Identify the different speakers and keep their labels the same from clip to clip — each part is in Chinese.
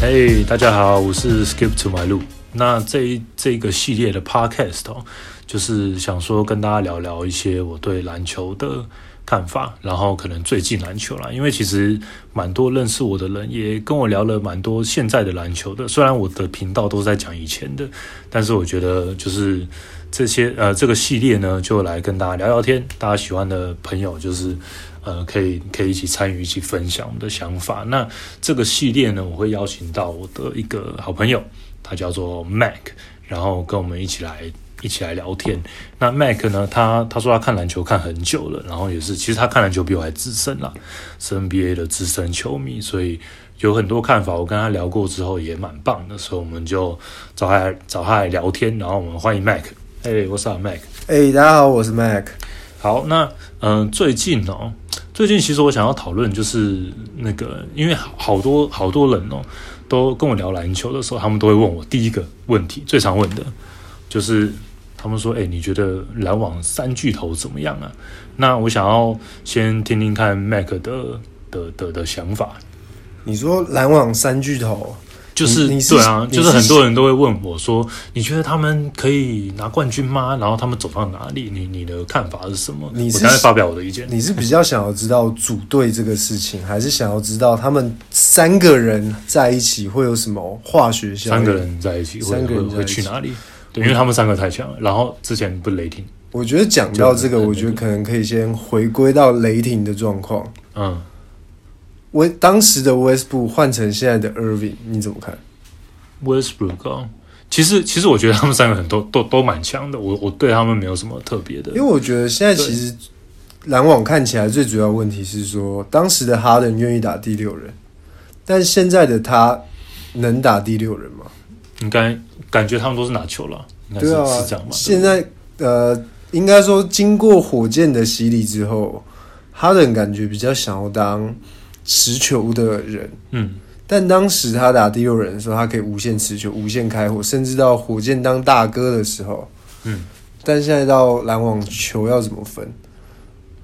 Speaker 1: 嘿，大家好，我是 Skip to my 路。那这一这个系列的 Podcast 哦，就是想说跟大家聊聊一些我对篮球的看法，然后可能最近篮球啦，因为其实蛮多认识我的人也跟我聊了蛮多现在的篮球的，虽然我的频道都是在讲以前的，但是我觉得就是这些呃这个系列呢，就来跟大家聊聊天，大家喜欢的朋友就是。呃，可以可以一起参与，一起分享我们的想法。那这个系列呢，我会邀请到我的一个好朋友，他叫做 Mac，然后跟我们一起来一起来聊天。那 Mac 呢，他他说他看篮球看很久了，然后也是其实他看篮球比我还资深啦，是 NBA 的资深球迷，所以有很多看法。我跟他聊过之后也蛮棒的，所以我们就找他来找他来聊天，然后我们欢迎 Mac。哎、我 w h a t s up, Mac？
Speaker 2: 哎、大家好，我是 Mac。
Speaker 1: 好，那嗯、呃最近哦，最近其实我想要讨论就是那个，因为好好多好多人哦，都跟我聊篮球的时候，他们都会问我第一个问题，最常问的就是他们说：“哎、你觉得篮网三巨头怎么样啊？”那我想要先听听看 Mac 的的的的想法，
Speaker 2: 你说篮网三巨头，
Speaker 1: 就是
Speaker 2: 你你是
Speaker 1: 对啊，
Speaker 2: 你
Speaker 1: 就是
Speaker 2: 是
Speaker 1: 很多人都会问我说：“你觉得他们可以拿冠军吗？然后他们走到哪里？你你的看法是什么？”
Speaker 2: 你
Speaker 1: 我
Speaker 2: 是
Speaker 1: 才会发表我的意见。
Speaker 2: 你是比较想要知道组队这个事情，还是想要知道他们三个人在一起会有什么化学效应？
Speaker 1: 三个，人在一起会
Speaker 2: 三个人
Speaker 1: 会
Speaker 2: 在
Speaker 1: 会
Speaker 2: 一起
Speaker 1: 去哪里？对，因为他们三个太强了。然后之前不是雷霆，
Speaker 2: 我觉得讲到这个，
Speaker 1: 就
Speaker 2: 我觉得可能可以先回归到雷霆的状况。
Speaker 1: 嗯，
Speaker 2: 我当时的 Westbrook 换成现在的 Irving，你怎么看？
Speaker 1: Westbrook，哦
Speaker 2: 嗯
Speaker 1: 其实其实我觉得他们三个很多都都蛮强的，我我对他们没有什么特别的
Speaker 2: 因为。我觉得现在其实篮网看起来最主要问题是说，当时的哈登愿意打第六人，但现在的他能打第六人吗？
Speaker 1: 应该感觉他们都是拿球了，应该是
Speaker 2: 对啊，
Speaker 1: 是这样吧？
Speaker 2: 现在呃，应该说经过火箭的洗礼之后，哈登感觉比较想要当持球的人，
Speaker 1: 嗯，
Speaker 2: 但当时他打第六人的时候，他可以无限持球、无限开火，甚至到火箭当大哥的时候，
Speaker 1: 嗯，
Speaker 2: 但现在到篮网球要怎么分？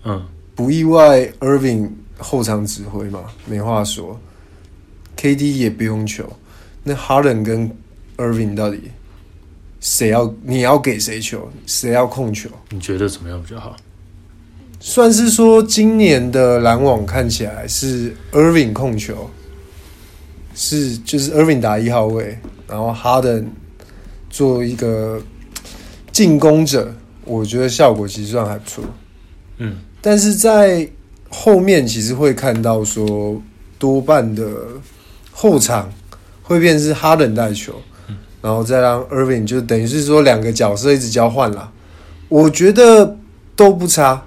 Speaker 1: 嗯
Speaker 2: 不意外，Irving 后场指挥嘛，没话说。KD 也不用球，那 Harden 跟 Irving 到底谁要你要给谁球，谁要控球？
Speaker 1: 你觉得怎么样比较好？
Speaker 2: 算是说今年的篮网看起来是 Irving 控球，是就是 Irving 打一号位，然后 Harden 做一个进攻者，我觉得效果其实算还不错。
Speaker 1: 嗯，
Speaker 2: 但是在后面其实会看到说，多半的后场会变成是哈登带球，然后再让 Irving 就等于是说两个角色一直交换啦。我觉得都不差，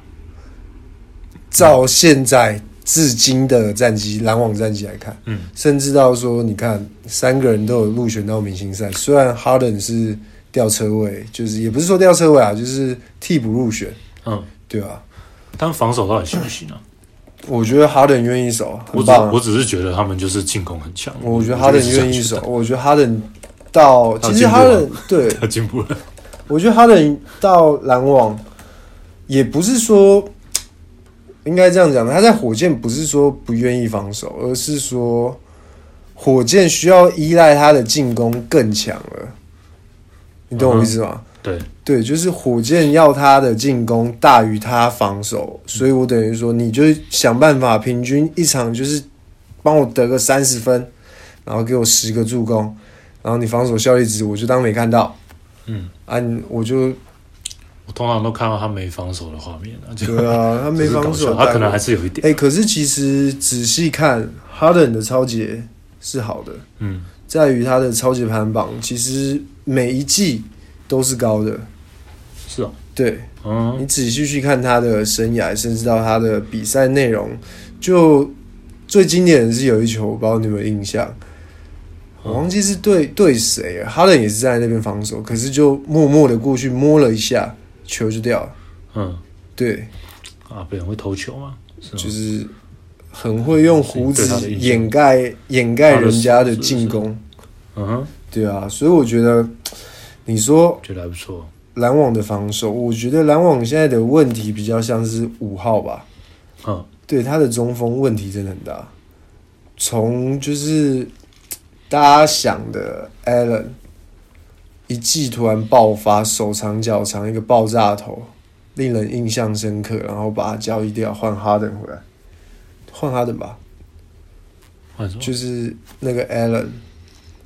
Speaker 2: 照现在至今的战绩，篮网战绩来看，
Speaker 1: 嗯，
Speaker 2: 甚至到说你看三个人都有入选到明星赛，虽然哈登是吊车位，就是也不是说吊车位啊，就是替补入选，
Speaker 1: 嗯，
Speaker 2: 对吧、
Speaker 1: 他们防守到底行不行啊？
Speaker 2: 我觉得哈登愿意守，
Speaker 1: 我
Speaker 2: 很
Speaker 1: 只
Speaker 2: 棒啊、
Speaker 1: 我只是觉得他们就是进攻很强。
Speaker 2: 我觉得哈登
Speaker 1: 是这样
Speaker 2: 愿意
Speaker 1: 觉
Speaker 2: 守
Speaker 1: 得，
Speaker 2: 我觉得哈登到
Speaker 1: 他有
Speaker 2: 其实
Speaker 1: 进步
Speaker 2: 哈登
Speaker 1: 吗
Speaker 2: 对
Speaker 1: 他进步 了。
Speaker 2: 我觉得哈登到篮网也不是说应该这样讲，他在火箭不是说不愿意防守，而是说火箭需要依赖他的进攻更强了。你懂我意思吗？
Speaker 1: 对，
Speaker 2: 对，就是火箭要他的进攻大于他防守，所以我等于说，你就想办法平均一场就是帮我得个三十分，然后给我十个助攻，然后你防守效率值我就当没看到，
Speaker 1: 嗯，
Speaker 2: 啊，你我就
Speaker 1: 我通常都看到他没防守的画面啊，就
Speaker 2: 对啊，他没防
Speaker 1: 就是搞
Speaker 2: 守，
Speaker 1: 笑他可能还
Speaker 2: 是
Speaker 1: 是有一点。
Speaker 2: 哎、可是其实仔细看，哈登的超节是好的，
Speaker 1: 嗯
Speaker 2: 在于他的超级排行榜，其实每一季都是高的，
Speaker 1: 是啊，
Speaker 2: 对，
Speaker 1: 嗯，
Speaker 2: 你仔细去看他的生涯，甚至到他的比赛内容，就最经典的是有一球，我不知道你有没有印象，我忘记是对对谁了，哈登也是在那边防守，可是就默默的过去摸了一下，球就掉了。
Speaker 1: 嗯
Speaker 2: 对，
Speaker 1: 啊，别人会投球吗？是吗
Speaker 2: 就是很会用胡
Speaker 1: 对他
Speaker 2: 子
Speaker 1: 的印象
Speaker 2: 掩盖掩盖人家的进攻。
Speaker 1: 嗯哼，
Speaker 2: 对啊，所以我觉得，你说
Speaker 1: 觉得还不错。
Speaker 2: 篮网的防守，我觉得篮网现在的问题比较像是五号吧。
Speaker 1: 嗯
Speaker 2: 对他的中锋问题真的很大，从就是大家想的 Allen 一季突然爆发，手长脚长，一个爆炸头，令人印象深刻，然后把他交易掉，换哈登回来，换哈登吧，
Speaker 1: 换什么？
Speaker 2: 就是那个 Allen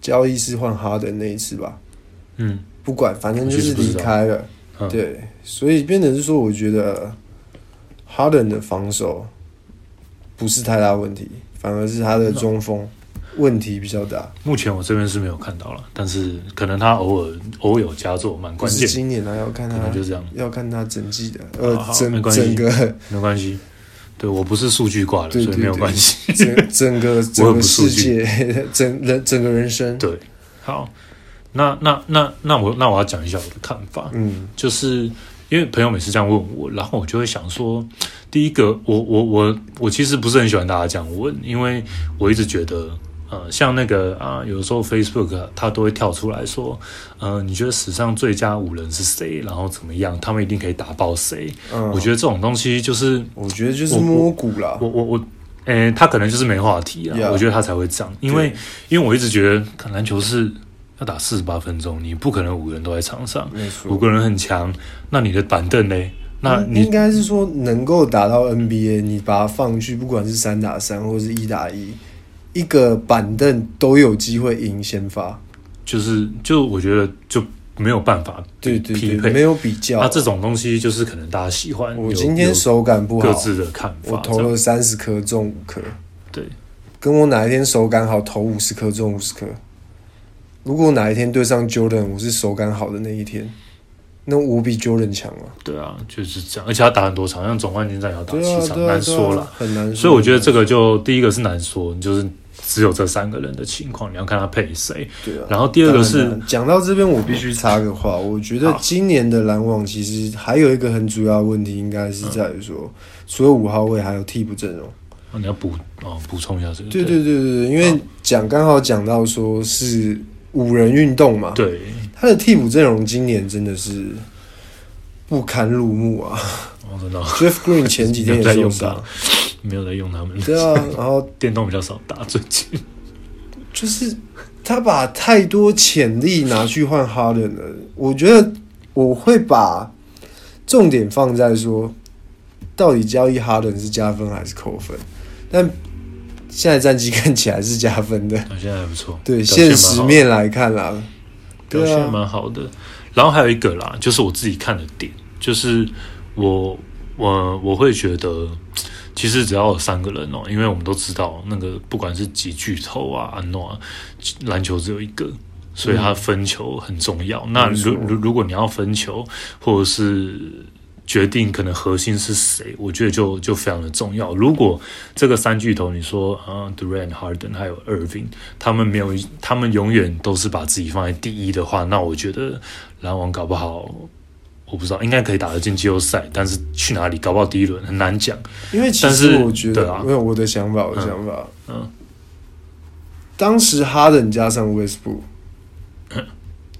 Speaker 2: 交易是换哈登那一次吧，
Speaker 1: 嗯，
Speaker 2: 不管，反正就是离开了。
Speaker 1: 嗯
Speaker 2: 对，所以变成是说，我觉得哈登的防守不是太大问题，反而是他的中锋问题比较大。
Speaker 1: 目前我这边是没有看到了，但是可能他偶尔偶有佳作，蛮
Speaker 2: 可
Speaker 1: 关
Speaker 2: 是
Speaker 1: 键的，
Speaker 2: 今年啊呢、要看
Speaker 1: 可能
Speaker 2: 他
Speaker 1: 就这样，
Speaker 2: 要看他整季的，
Speaker 1: 好
Speaker 2: 呃，
Speaker 1: 没
Speaker 2: 整
Speaker 1: 关系
Speaker 2: 整 个
Speaker 1: 没关系。对我不是数据挂的，
Speaker 2: 对
Speaker 1: 所以没有
Speaker 2: 对对
Speaker 1: 关系。
Speaker 2: 整整个
Speaker 1: 我也
Speaker 2: 整
Speaker 1: 不
Speaker 2: 个
Speaker 1: 数
Speaker 2: 世
Speaker 1: 据
Speaker 2: 界，整人 整个人生。
Speaker 1: 对，好，那那那那我那我要讲一下我的看法，
Speaker 2: 嗯，
Speaker 1: 就是因为朋友每次这样问我，然后我就会想说，第一个，我我我我其实不是很喜欢大家这样问，因为我一直觉得。呃，像那个啊，有时候 Facebook 啊它都会跳出来说，呃，你觉得史上最佳五人是谁？然后怎么样？他们一定可以打爆谁？
Speaker 2: 嗯
Speaker 1: 我觉得这种东西就是
Speaker 2: 我觉得就是
Speaker 1: 我
Speaker 2: 摸骨啦
Speaker 1: 我。我我，诶、他可能就是没话题啊
Speaker 2: Yeah
Speaker 1: 我觉得他才会这样，因为因为我一直觉得，看篮球是要打四十八分钟，你不可能五个人都在场上，
Speaker 2: 没
Speaker 1: 五
Speaker 2: 错，
Speaker 1: 个人很强，那你的板凳嘞？那
Speaker 2: 应
Speaker 1: 你
Speaker 2: 应该是说能够打到 NBA，你把它放去，不管是三打三或是一打一，一个板凳都有机会赢先发。
Speaker 1: 就是就我觉得就没有办法匹
Speaker 2: 对对
Speaker 1: 匹
Speaker 2: 对，
Speaker 1: 配
Speaker 2: 没。有比较。
Speaker 1: 那这种东西就是可能大家喜欢，
Speaker 2: 我
Speaker 1: 有
Speaker 2: 今天
Speaker 1: 有
Speaker 2: 手感不
Speaker 1: 各
Speaker 2: 好，
Speaker 1: 自的看
Speaker 2: 我
Speaker 1: 法，
Speaker 2: 投
Speaker 1: 这样
Speaker 2: 了三十颗中五颗，
Speaker 1: 对，
Speaker 2: 跟我哪一天手感好投五十颗中五十颗。如果哪一天对上 Jordan，我是手感好的那一天，那我比 Jordan 强啊。
Speaker 1: 对啊，就是这样。而且他打很多场，像总冠军战也要打
Speaker 2: 对
Speaker 1: 七
Speaker 2: 啊，
Speaker 1: 场，
Speaker 2: 对啊，
Speaker 1: 难
Speaker 2: 对
Speaker 1: 说了
Speaker 2: 啊。，很难说。
Speaker 1: 所以我觉得这个就第一个是难说，你就是只有这三个人的情况，你要看他配谁。
Speaker 2: 对啊。
Speaker 1: 然后第二个
Speaker 2: 当
Speaker 1: 是
Speaker 2: 然，啦讲到这边，我必须插个话。我觉得
Speaker 1: 好
Speaker 2: 今年的篮网其实还有一个很主要的问题，应该是在于说，除了五号位，还有替补阵容。
Speaker 1: 哦你要补哦补充一下这个。
Speaker 2: 对对对对对，因为讲刚好讲到说是五人运动嘛，
Speaker 1: 对，
Speaker 2: 他的替补阵容今年真的是不堪入目啊。
Speaker 1: 我哦真的
Speaker 2: Jeff Green 前几天
Speaker 1: 没有
Speaker 2: 也
Speaker 1: 在
Speaker 2: 受
Speaker 1: 用
Speaker 2: 伤
Speaker 1: 它，，没有在用他们，
Speaker 2: 对啊，然后
Speaker 1: 电动比较少打最 近。
Speaker 2: 就是他把太多潜力拿去换哈登了。我觉得我会把重点放在说，到底交易哈登是加分还是扣分？但现在战绩看起来是加分的，
Speaker 1: 哦那现在还不错，
Speaker 2: 对，
Speaker 1: 表现
Speaker 2: 现
Speaker 1: 蛮
Speaker 2: 实
Speaker 1: 好的
Speaker 2: 面来看啦，
Speaker 1: 表
Speaker 2: 对
Speaker 1: 现
Speaker 2: 啊，
Speaker 1: 蛮好的。然后还有一个啦，就是我自己看的点，就是我我我会觉得，其实只要有三个人哦，因为我们都知道那个不管是几巨头啊、安诺啊，篮球只有一个。所以他分球很重要。那
Speaker 2: 嗯没错
Speaker 1: 如如如果你要分球，或者是决定可能核心是谁，我觉得就就非常的重要。如果这个三巨头，你说啊，Durant、Harden 还有 Irving，他们没有，他们永远都是把自己放在第一的话，那我觉得篮网搞不好，我不知道，应该可以打得进季后赛，但是去哪里搞不好第一轮很难讲。
Speaker 2: 因为其
Speaker 1: 但
Speaker 2: 实
Speaker 1: 是
Speaker 2: 我觉
Speaker 1: 对
Speaker 2: 得
Speaker 1: 啊，
Speaker 2: 没有我的想法，我的想法，
Speaker 1: 嗯
Speaker 2: 当时哈登加上 Westbrook，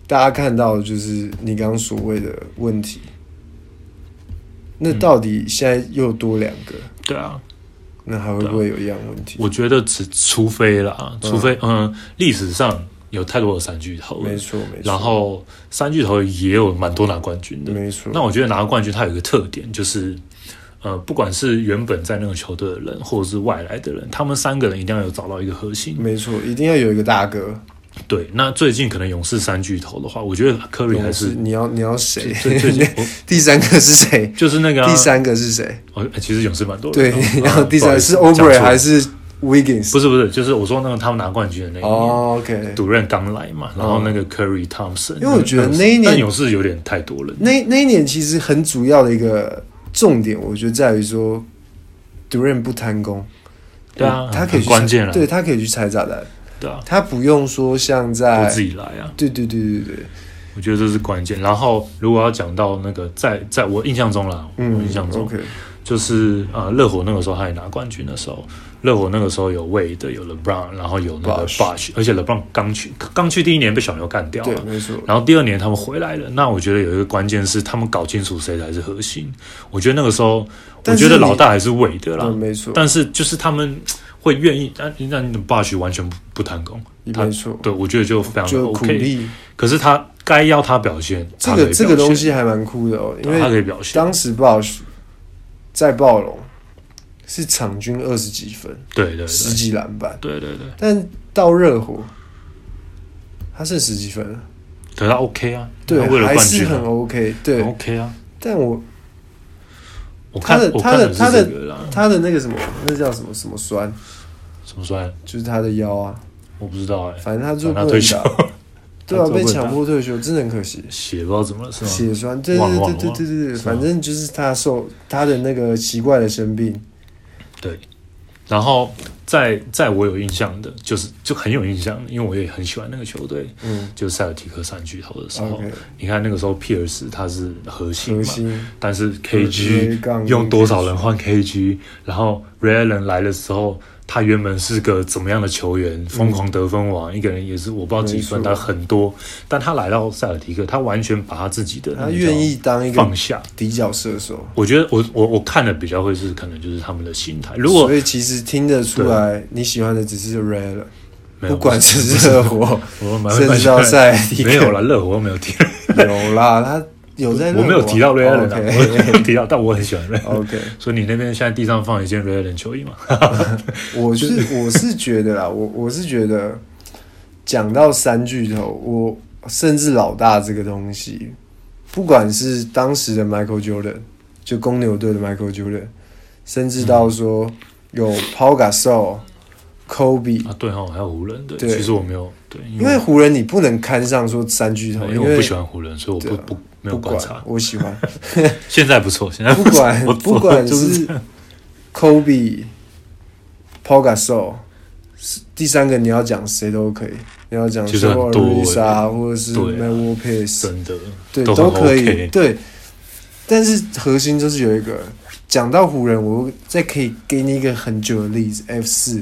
Speaker 2: 大家看到的就是你刚刚所谓的问题。那
Speaker 1: 嗯
Speaker 2: 到底现在又多两个，
Speaker 1: 对啊，
Speaker 2: 那还会不会有一样问题？
Speaker 1: 我觉得只除非啦，
Speaker 2: 嗯
Speaker 1: 除非嗯，历史上有太多的三巨头了
Speaker 2: 没错，没错。
Speaker 1: 然后三巨头也有蛮多拿冠军的。
Speaker 2: 没错，
Speaker 1: 那我觉得拿冠军它有一个特点，就是呃，不管是原本在那个球队的人，或者是外来的人，他们三个人一定要有找到一个核心。
Speaker 2: 没错，一定要有一个大哥。
Speaker 1: 对，那最近可能勇士三巨头的话，我觉得科瑞还
Speaker 2: 是
Speaker 1: 是
Speaker 2: 你要你要谁？
Speaker 1: 最最近我
Speaker 2: 第三个是谁？
Speaker 1: 就是那个啊、
Speaker 2: 第三个是谁？
Speaker 1: 哦，哎其实勇士蛮多
Speaker 2: 对
Speaker 1: 人的。嗯，
Speaker 2: 然后第
Speaker 1: 不好意
Speaker 2: 三个
Speaker 1: 思
Speaker 2: 是 o
Speaker 1: 讲错
Speaker 2: b r e
Speaker 1: 了
Speaker 2: 还是 Wiggins？
Speaker 1: 不是不是，就是我说那个他们拿冠军的那一年。
Speaker 2: 哦，OK。
Speaker 1: 主任刚来嘛，然后那个 Curry Thompson，
Speaker 2: 因为我觉得那一年
Speaker 1: 但勇士有点太多人，
Speaker 2: 那那一年其实很主要的一个重点，我觉得在于说 d u r a n 不贪功，
Speaker 1: 对啊，
Speaker 2: 他
Speaker 1: 很
Speaker 2: 可以去
Speaker 1: 关键了，
Speaker 2: 对他可以去拆炸弹，
Speaker 1: 对啊，
Speaker 2: 他不用说像
Speaker 1: 我
Speaker 2: 在
Speaker 1: 自己来啊，
Speaker 2: 对对对对对，
Speaker 1: 我觉得这是关键。然后如果要讲到那个，在在我印象中啦，我
Speaker 2: 嗯
Speaker 1: 印象中
Speaker 2: ，OK，
Speaker 1: 就是呃，热火那个时候他也拿冠军的时候，热火那个时候有魏的，有 LeBron，然后有那个
Speaker 2: Bosh
Speaker 1: Bosh，而且 LeBron 刚去刚去第一年被小牛干掉啊
Speaker 2: 对，
Speaker 1: 了。
Speaker 2: 没错，
Speaker 1: 然后第二年他们回来了，那我觉得有一个关键是他们搞清楚谁才是核心。我觉得那个时候，我
Speaker 2: 但是
Speaker 1: 觉得
Speaker 2: 你嗯
Speaker 1: 老大还是韦德啦
Speaker 2: 对，，没错，
Speaker 1: 但是就是他们，会愿意，但那你的 Bush 完全不不谈攻，他
Speaker 2: 没错，
Speaker 1: 对我觉得就非常的
Speaker 2: 就苦
Speaker 1: OK。
Speaker 2: 力。
Speaker 1: 可是他该要他表现，
Speaker 2: 这
Speaker 1: 他可以
Speaker 2: 个
Speaker 1: 表
Speaker 2: 这个
Speaker 1: 现
Speaker 2: 东西还蛮酷的哦，因
Speaker 1: 对他可
Speaker 2: 为
Speaker 1: 以表现，
Speaker 2: 当时暴雪在暴龙是场均二十几分，
Speaker 1: 对对
Speaker 2: 十
Speaker 1: 对
Speaker 2: 几篮板，
Speaker 1: 对对对，
Speaker 2: 但到热火他剩十几分了，
Speaker 1: 可是他 OK 啊，
Speaker 2: 对
Speaker 1: 他为，了
Speaker 2: 还
Speaker 1: 冠
Speaker 2: 是
Speaker 1: 军
Speaker 2: 很
Speaker 1: 啊
Speaker 2: OK。对，
Speaker 1: OK 啊，
Speaker 2: 但我
Speaker 1: 我看
Speaker 2: 他的
Speaker 1: 我看是
Speaker 2: 他的
Speaker 1: 这个啦，
Speaker 2: 他的那个什么，那叫什么什么酸，
Speaker 1: 什么酸？
Speaker 2: 就是他的腰啊，
Speaker 1: 我不知道哎，
Speaker 2: 反正他就
Speaker 1: 反正他
Speaker 2: 不
Speaker 1: 退
Speaker 2: 能
Speaker 1: 休
Speaker 2: 打， 对
Speaker 1: 他
Speaker 2: 啊，
Speaker 1: 就不
Speaker 2: 被
Speaker 1: 能
Speaker 2: 强
Speaker 1: 打
Speaker 2: 迫退休，真的很可惜。
Speaker 1: 血不知道怎么了是吗？
Speaker 2: 血栓，对对
Speaker 1: 忘了忘
Speaker 2: 对
Speaker 1: 了
Speaker 2: 对对对
Speaker 1: 是
Speaker 2: 对，
Speaker 1: 吗
Speaker 2: 反正就是他受他的那个奇怪的生病，
Speaker 1: 然后在在我有印象的，就是就很有印象，因为我也很喜欢那个球队，
Speaker 2: 嗯
Speaker 1: 就是塞尔提克三巨头的时候，
Speaker 2: ，OK，
Speaker 1: 你看那个时候皮尔斯他是核心
Speaker 2: 核
Speaker 1: 嘛，
Speaker 2: 心
Speaker 1: 但是 KG
Speaker 2: 对杠
Speaker 1: 用多少人换 KG，然后 Ray Allen 来的时候，他原本是个怎么样的球员？疯狂得分王，一个人也是我不知道几分，
Speaker 2: 没错
Speaker 1: 他很多，但他来到塞尔提克，他完全把他自己的
Speaker 2: 他愿意当一个
Speaker 1: 放下。
Speaker 2: 底角射手，
Speaker 1: 我觉得我我我看的比较会是可能就是他们的心态，如果
Speaker 2: 所以其实听得出来，你喜欢的只是 r a l
Speaker 1: 没有
Speaker 2: 不管是 热火，
Speaker 1: 我蛮
Speaker 2: 甚至到赛迪克
Speaker 1: 没有啦，热火我没有 提，
Speaker 2: 有 啦，他有在热火
Speaker 1: 我
Speaker 2: 哦啊，
Speaker 1: 没有提到 Ray Allen，、啊、我没有提到，但我很喜欢 Ray Allen。
Speaker 2: OK，
Speaker 1: 所以你那边现在地上放一件 Ray Allen 球衣嘛？
Speaker 2: 我是我是觉得啦，我我是觉得讲到三巨头，我甚至老大这个东西，不管是当时的 Michael Jordan，就公牛队的 Michael Jordan，甚至到说有 Paul Gasol、Kobe，
Speaker 1: 啊，对哦，还有湖人，对，
Speaker 2: 对
Speaker 1: 其实我没有对，因
Speaker 2: 因为湖人你不能看上说三巨头，
Speaker 1: 因
Speaker 2: 因
Speaker 1: 为我
Speaker 2: 为
Speaker 1: 不喜欢湖人，所以我不
Speaker 2: 对啊
Speaker 1: 不没有
Speaker 2: 不
Speaker 1: 观
Speaker 2: 管
Speaker 1: 察。
Speaker 2: 我喜欢，
Speaker 1: 现在不错，现在
Speaker 2: 不
Speaker 1: 错
Speaker 2: 管
Speaker 1: 我
Speaker 2: 不管
Speaker 1: 就是
Speaker 2: Kobe、Paul Gasol，是第三个你要讲谁都可以，你要讲
Speaker 1: 其实很
Speaker 2: Trevor
Speaker 1: 多
Speaker 2: Ariza 或者是
Speaker 1: 对啊
Speaker 2: m a w o p a c e
Speaker 1: 真的
Speaker 2: 对，
Speaker 1: 都
Speaker 2: 都
Speaker 1: 很
Speaker 2: 可以
Speaker 1: OK，
Speaker 2: 对。但是核心就是有一个，讲到湖人，我再可以给你一个很久的例子，F 四，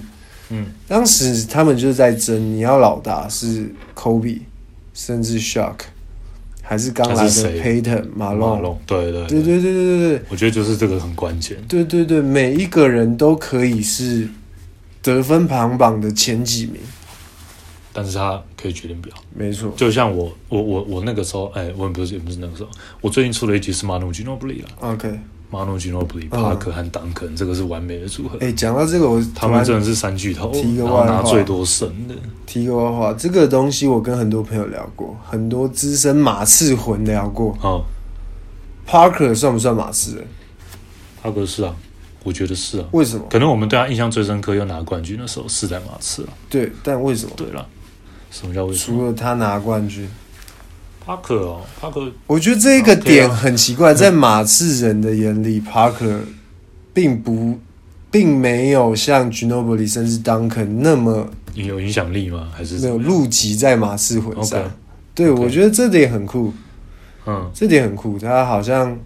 Speaker 1: 嗯，
Speaker 2: 当时他们就是在争，你要老大是 Kobe，甚至 Shark，还是刚来
Speaker 1: 还
Speaker 2: 的
Speaker 1: 是谁
Speaker 2: Payton 马
Speaker 1: 马
Speaker 2: 龙，
Speaker 1: 龙，对对
Speaker 2: 对对对对对对。
Speaker 1: 我觉得就是这个很关键。
Speaker 2: 对对对，每一个人都可以是得分排行榜的前几名，
Speaker 1: 但是他可以决定不了，
Speaker 2: 没错。
Speaker 1: 就像我我我我那个时候，哎，我也不是也不是那个时候，我最近出了一集是啊马努吉诺布里啦，
Speaker 2: OK，
Speaker 1: 马努吉诺布里、
Speaker 2: 嗯
Speaker 1: 帕克和当肯，这个是完美的组合。
Speaker 2: 哎、讲到这个，我
Speaker 1: 他
Speaker 2: 突
Speaker 1: 们
Speaker 2: 然
Speaker 1: 真的是三巨头，
Speaker 2: 提哦个
Speaker 1: 然后
Speaker 2: 外
Speaker 1: 拿
Speaker 2: 话
Speaker 1: 最多胜的，
Speaker 2: 提个外话，这个东西我跟很多朋友聊过，很多资深马刺魂聊过
Speaker 1: 哦，
Speaker 2: ，Parker 算不算马刺人？
Speaker 1: 帕克是啊，我觉得是啊。
Speaker 2: 为什么？
Speaker 1: 可能我们对他印象最深刻，又拿冠军的时候是在马刺了。
Speaker 2: 对，但为什么？
Speaker 1: 对了，什么叫为什么？
Speaker 2: 除了他拿冠军，
Speaker 1: 帕克哦，帕克
Speaker 2: 我觉得这个
Speaker 1: OK 啊
Speaker 2: 点很奇怪，在马刺人的眼里，Parker 并不，并没有像 Ginobili 甚至 Duncan 那么
Speaker 1: 有影响力吗？还是
Speaker 2: 没
Speaker 1: 怎
Speaker 2: 有
Speaker 1: 么样
Speaker 2: 入籍在马刺混上。
Speaker 1: OK
Speaker 2: 对
Speaker 1: OK
Speaker 2: 我觉得这点很酷，
Speaker 1: 嗯，
Speaker 2: 这点很酷。他好像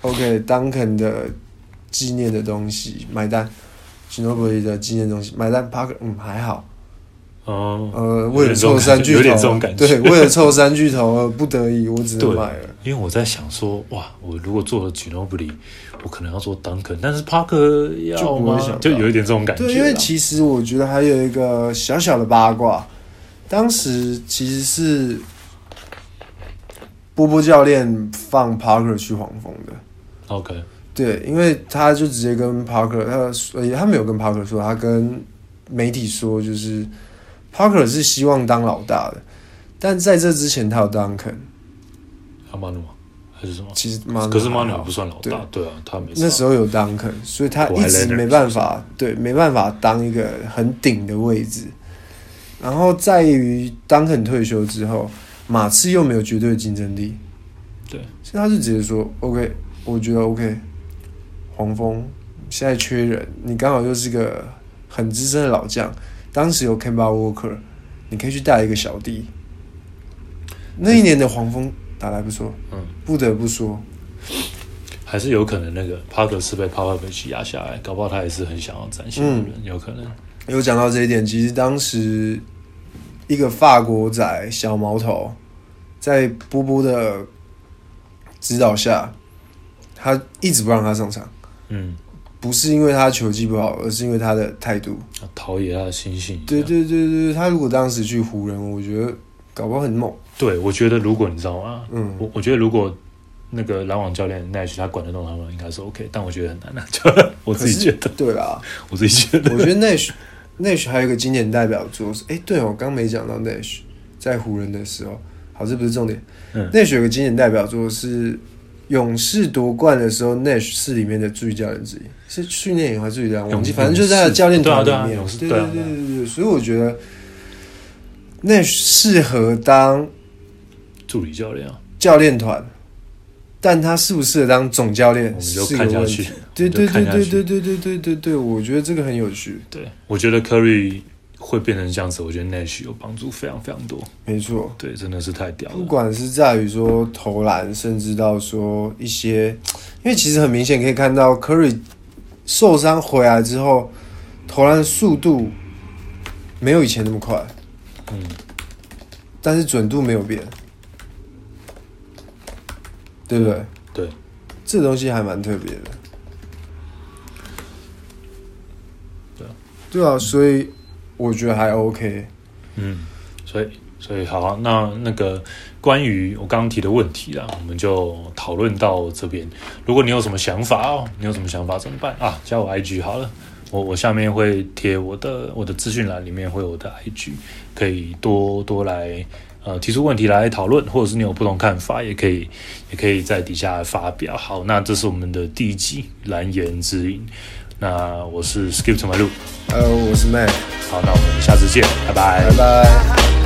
Speaker 2: OK Duncan 的纪念的东西买单 g i n o b i l i 的纪念东西买单，Parker 嗯还好。
Speaker 1: 哦，
Speaker 2: 呃，
Speaker 1: 有
Speaker 2: 为
Speaker 1: 点
Speaker 2: 了
Speaker 1: 这种
Speaker 2: 凑
Speaker 1: 感觉
Speaker 2: 三巨头，
Speaker 1: 有点这种感觉
Speaker 2: 对，为了凑三巨头而不得已，我只能
Speaker 1: 对啊
Speaker 2: 买了。
Speaker 1: 因为我在想说，哇，我如果做了 Ginobili，我可能要做 Duncan，但是帕克要
Speaker 2: 就不
Speaker 1: 吗
Speaker 2: 会想到？
Speaker 1: 就有一点这种感觉啦。
Speaker 2: 对，因为其实我觉得还有一个小小的八卦，当时其实是波波教练放 Parker 去黄蜂的。
Speaker 1: OK，
Speaker 2: 对，因为他就直接跟 Parker，他说呃他没有跟 Parker 说，他跟媒体说，就是 Parker 是希望当老大的，但在这之前他有 Duncan，
Speaker 1: 阿马努还是什么？
Speaker 2: 其实妈
Speaker 1: 可是马努不算老
Speaker 2: 啊对
Speaker 1: 大，对啊，他没
Speaker 2: 那时
Speaker 1: 候
Speaker 2: 候有 Duncan，所以他一直没办法，对，没办法当一个很顶的位置。然后在于 Duncan 退休之后，马刺又没有绝对竞争力，
Speaker 1: 对，
Speaker 2: 所以他就直接说 OK，我觉得 OK，黄蜂现在缺人，你刚好又是个很资深的老将，当时有 Kemba Walker，你可以去带一个小弟。那一年的黄蜂打得还不错，
Speaker 1: 嗯，
Speaker 2: 不得不说，
Speaker 1: 还是有可能那个帕克是被帕帕维奇压下来，搞不好他也是很想要展现的
Speaker 2: 嗯
Speaker 1: 人，有可能。
Speaker 2: 有讲到这一点，其实当时一个法国仔小毛头，在波波的指导下，他一直不让他上场，
Speaker 1: 嗯，
Speaker 2: 不是因为他球技不好，而是因为他的态度。
Speaker 1: 陶冶他的心性。
Speaker 2: 对对对对，他如果当时去湖人，我觉得搞不好很猛。
Speaker 1: 对，我觉得如果你知道吗？
Speaker 2: 嗯，
Speaker 1: 我我觉得如果那个篮网教练 Nash 他管得动他们，应该是 OK，但我觉得很难啊， 就我自己觉得，
Speaker 2: 对啦，
Speaker 1: 我自己觉得，
Speaker 2: 我觉得 Nash Nash 还有一个经典代表作是，哎、对哦，我刚没讲到 Nash 在湖人的时候，好，这不是重点。
Speaker 1: 嗯
Speaker 2: Nash 有个经典代表作是勇士夺冠的时候，Nash 是里面的助理教练之一，是去年也还是助理教练，忘记，
Speaker 1: 勇
Speaker 2: 反正就是他的教练团里面。
Speaker 1: 勇士
Speaker 2: 对
Speaker 1: 对啊对
Speaker 2: 对
Speaker 1: 啊勇士
Speaker 2: 对对对，所以我觉得 Nash 适合当
Speaker 1: 助理教练啊，
Speaker 2: 教练团。但他适不适合当总教练
Speaker 1: 我们就是看
Speaker 2: 个
Speaker 1: 下
Speaker 2: 问题
Speaker 1: 去。，
Speaker 2: 对
Speaker 1: 我们
Speaker 2: 对
Speaker 1: 就看下
Speaker 2: 对对
Speaker 1: 去
Speaker 2: 对对对对对对，我觉得这个很有趣。
Speaker 1: 对，我觉得 Curry 会变成这样子，我觉得 Nash 有帮助非常非常多，
Speaker 2: 没错，
Speaker 1: 对，真的是太屌
Speaker 2: 不
Speaker 1: 了。
Speaker 2: 管是在于说投篮，甚至到说一些，因为其实很明显可以看到 Curry 受伤回来之后，投篮速度没有以前那么快，
Speaker 1: 嗯，
Speaker 2: 但是准度没有变，对不对？
Speaker 1: 对，
Speaker 2: 这东西还蛮特别的。
Speaker 1: 对啊，
Speaker 2: 对啊，所以我觉得还 OK。
Speaker 1: 嗯，所以所以好啊、那那个关于我刚刚提的问题啦，我们就讨论到这边。如果你有什么想法哦，你有什么想法怎么办啊？加我 IG 好了，我我下面会贴我的我的资讯栏里面会有我的 IG，可以多多来。呃，提出问题来讨论，或者是你有不同看法，也可以，也可以在底下发表。好，那这是我们的第一季蓝颜之影。那我是 Skip to my loop，
Speaker 2: 呃，我是 Mac，
Speaker 1: 好，那我们下次见，拜拜
Speaker 2: 拜拜。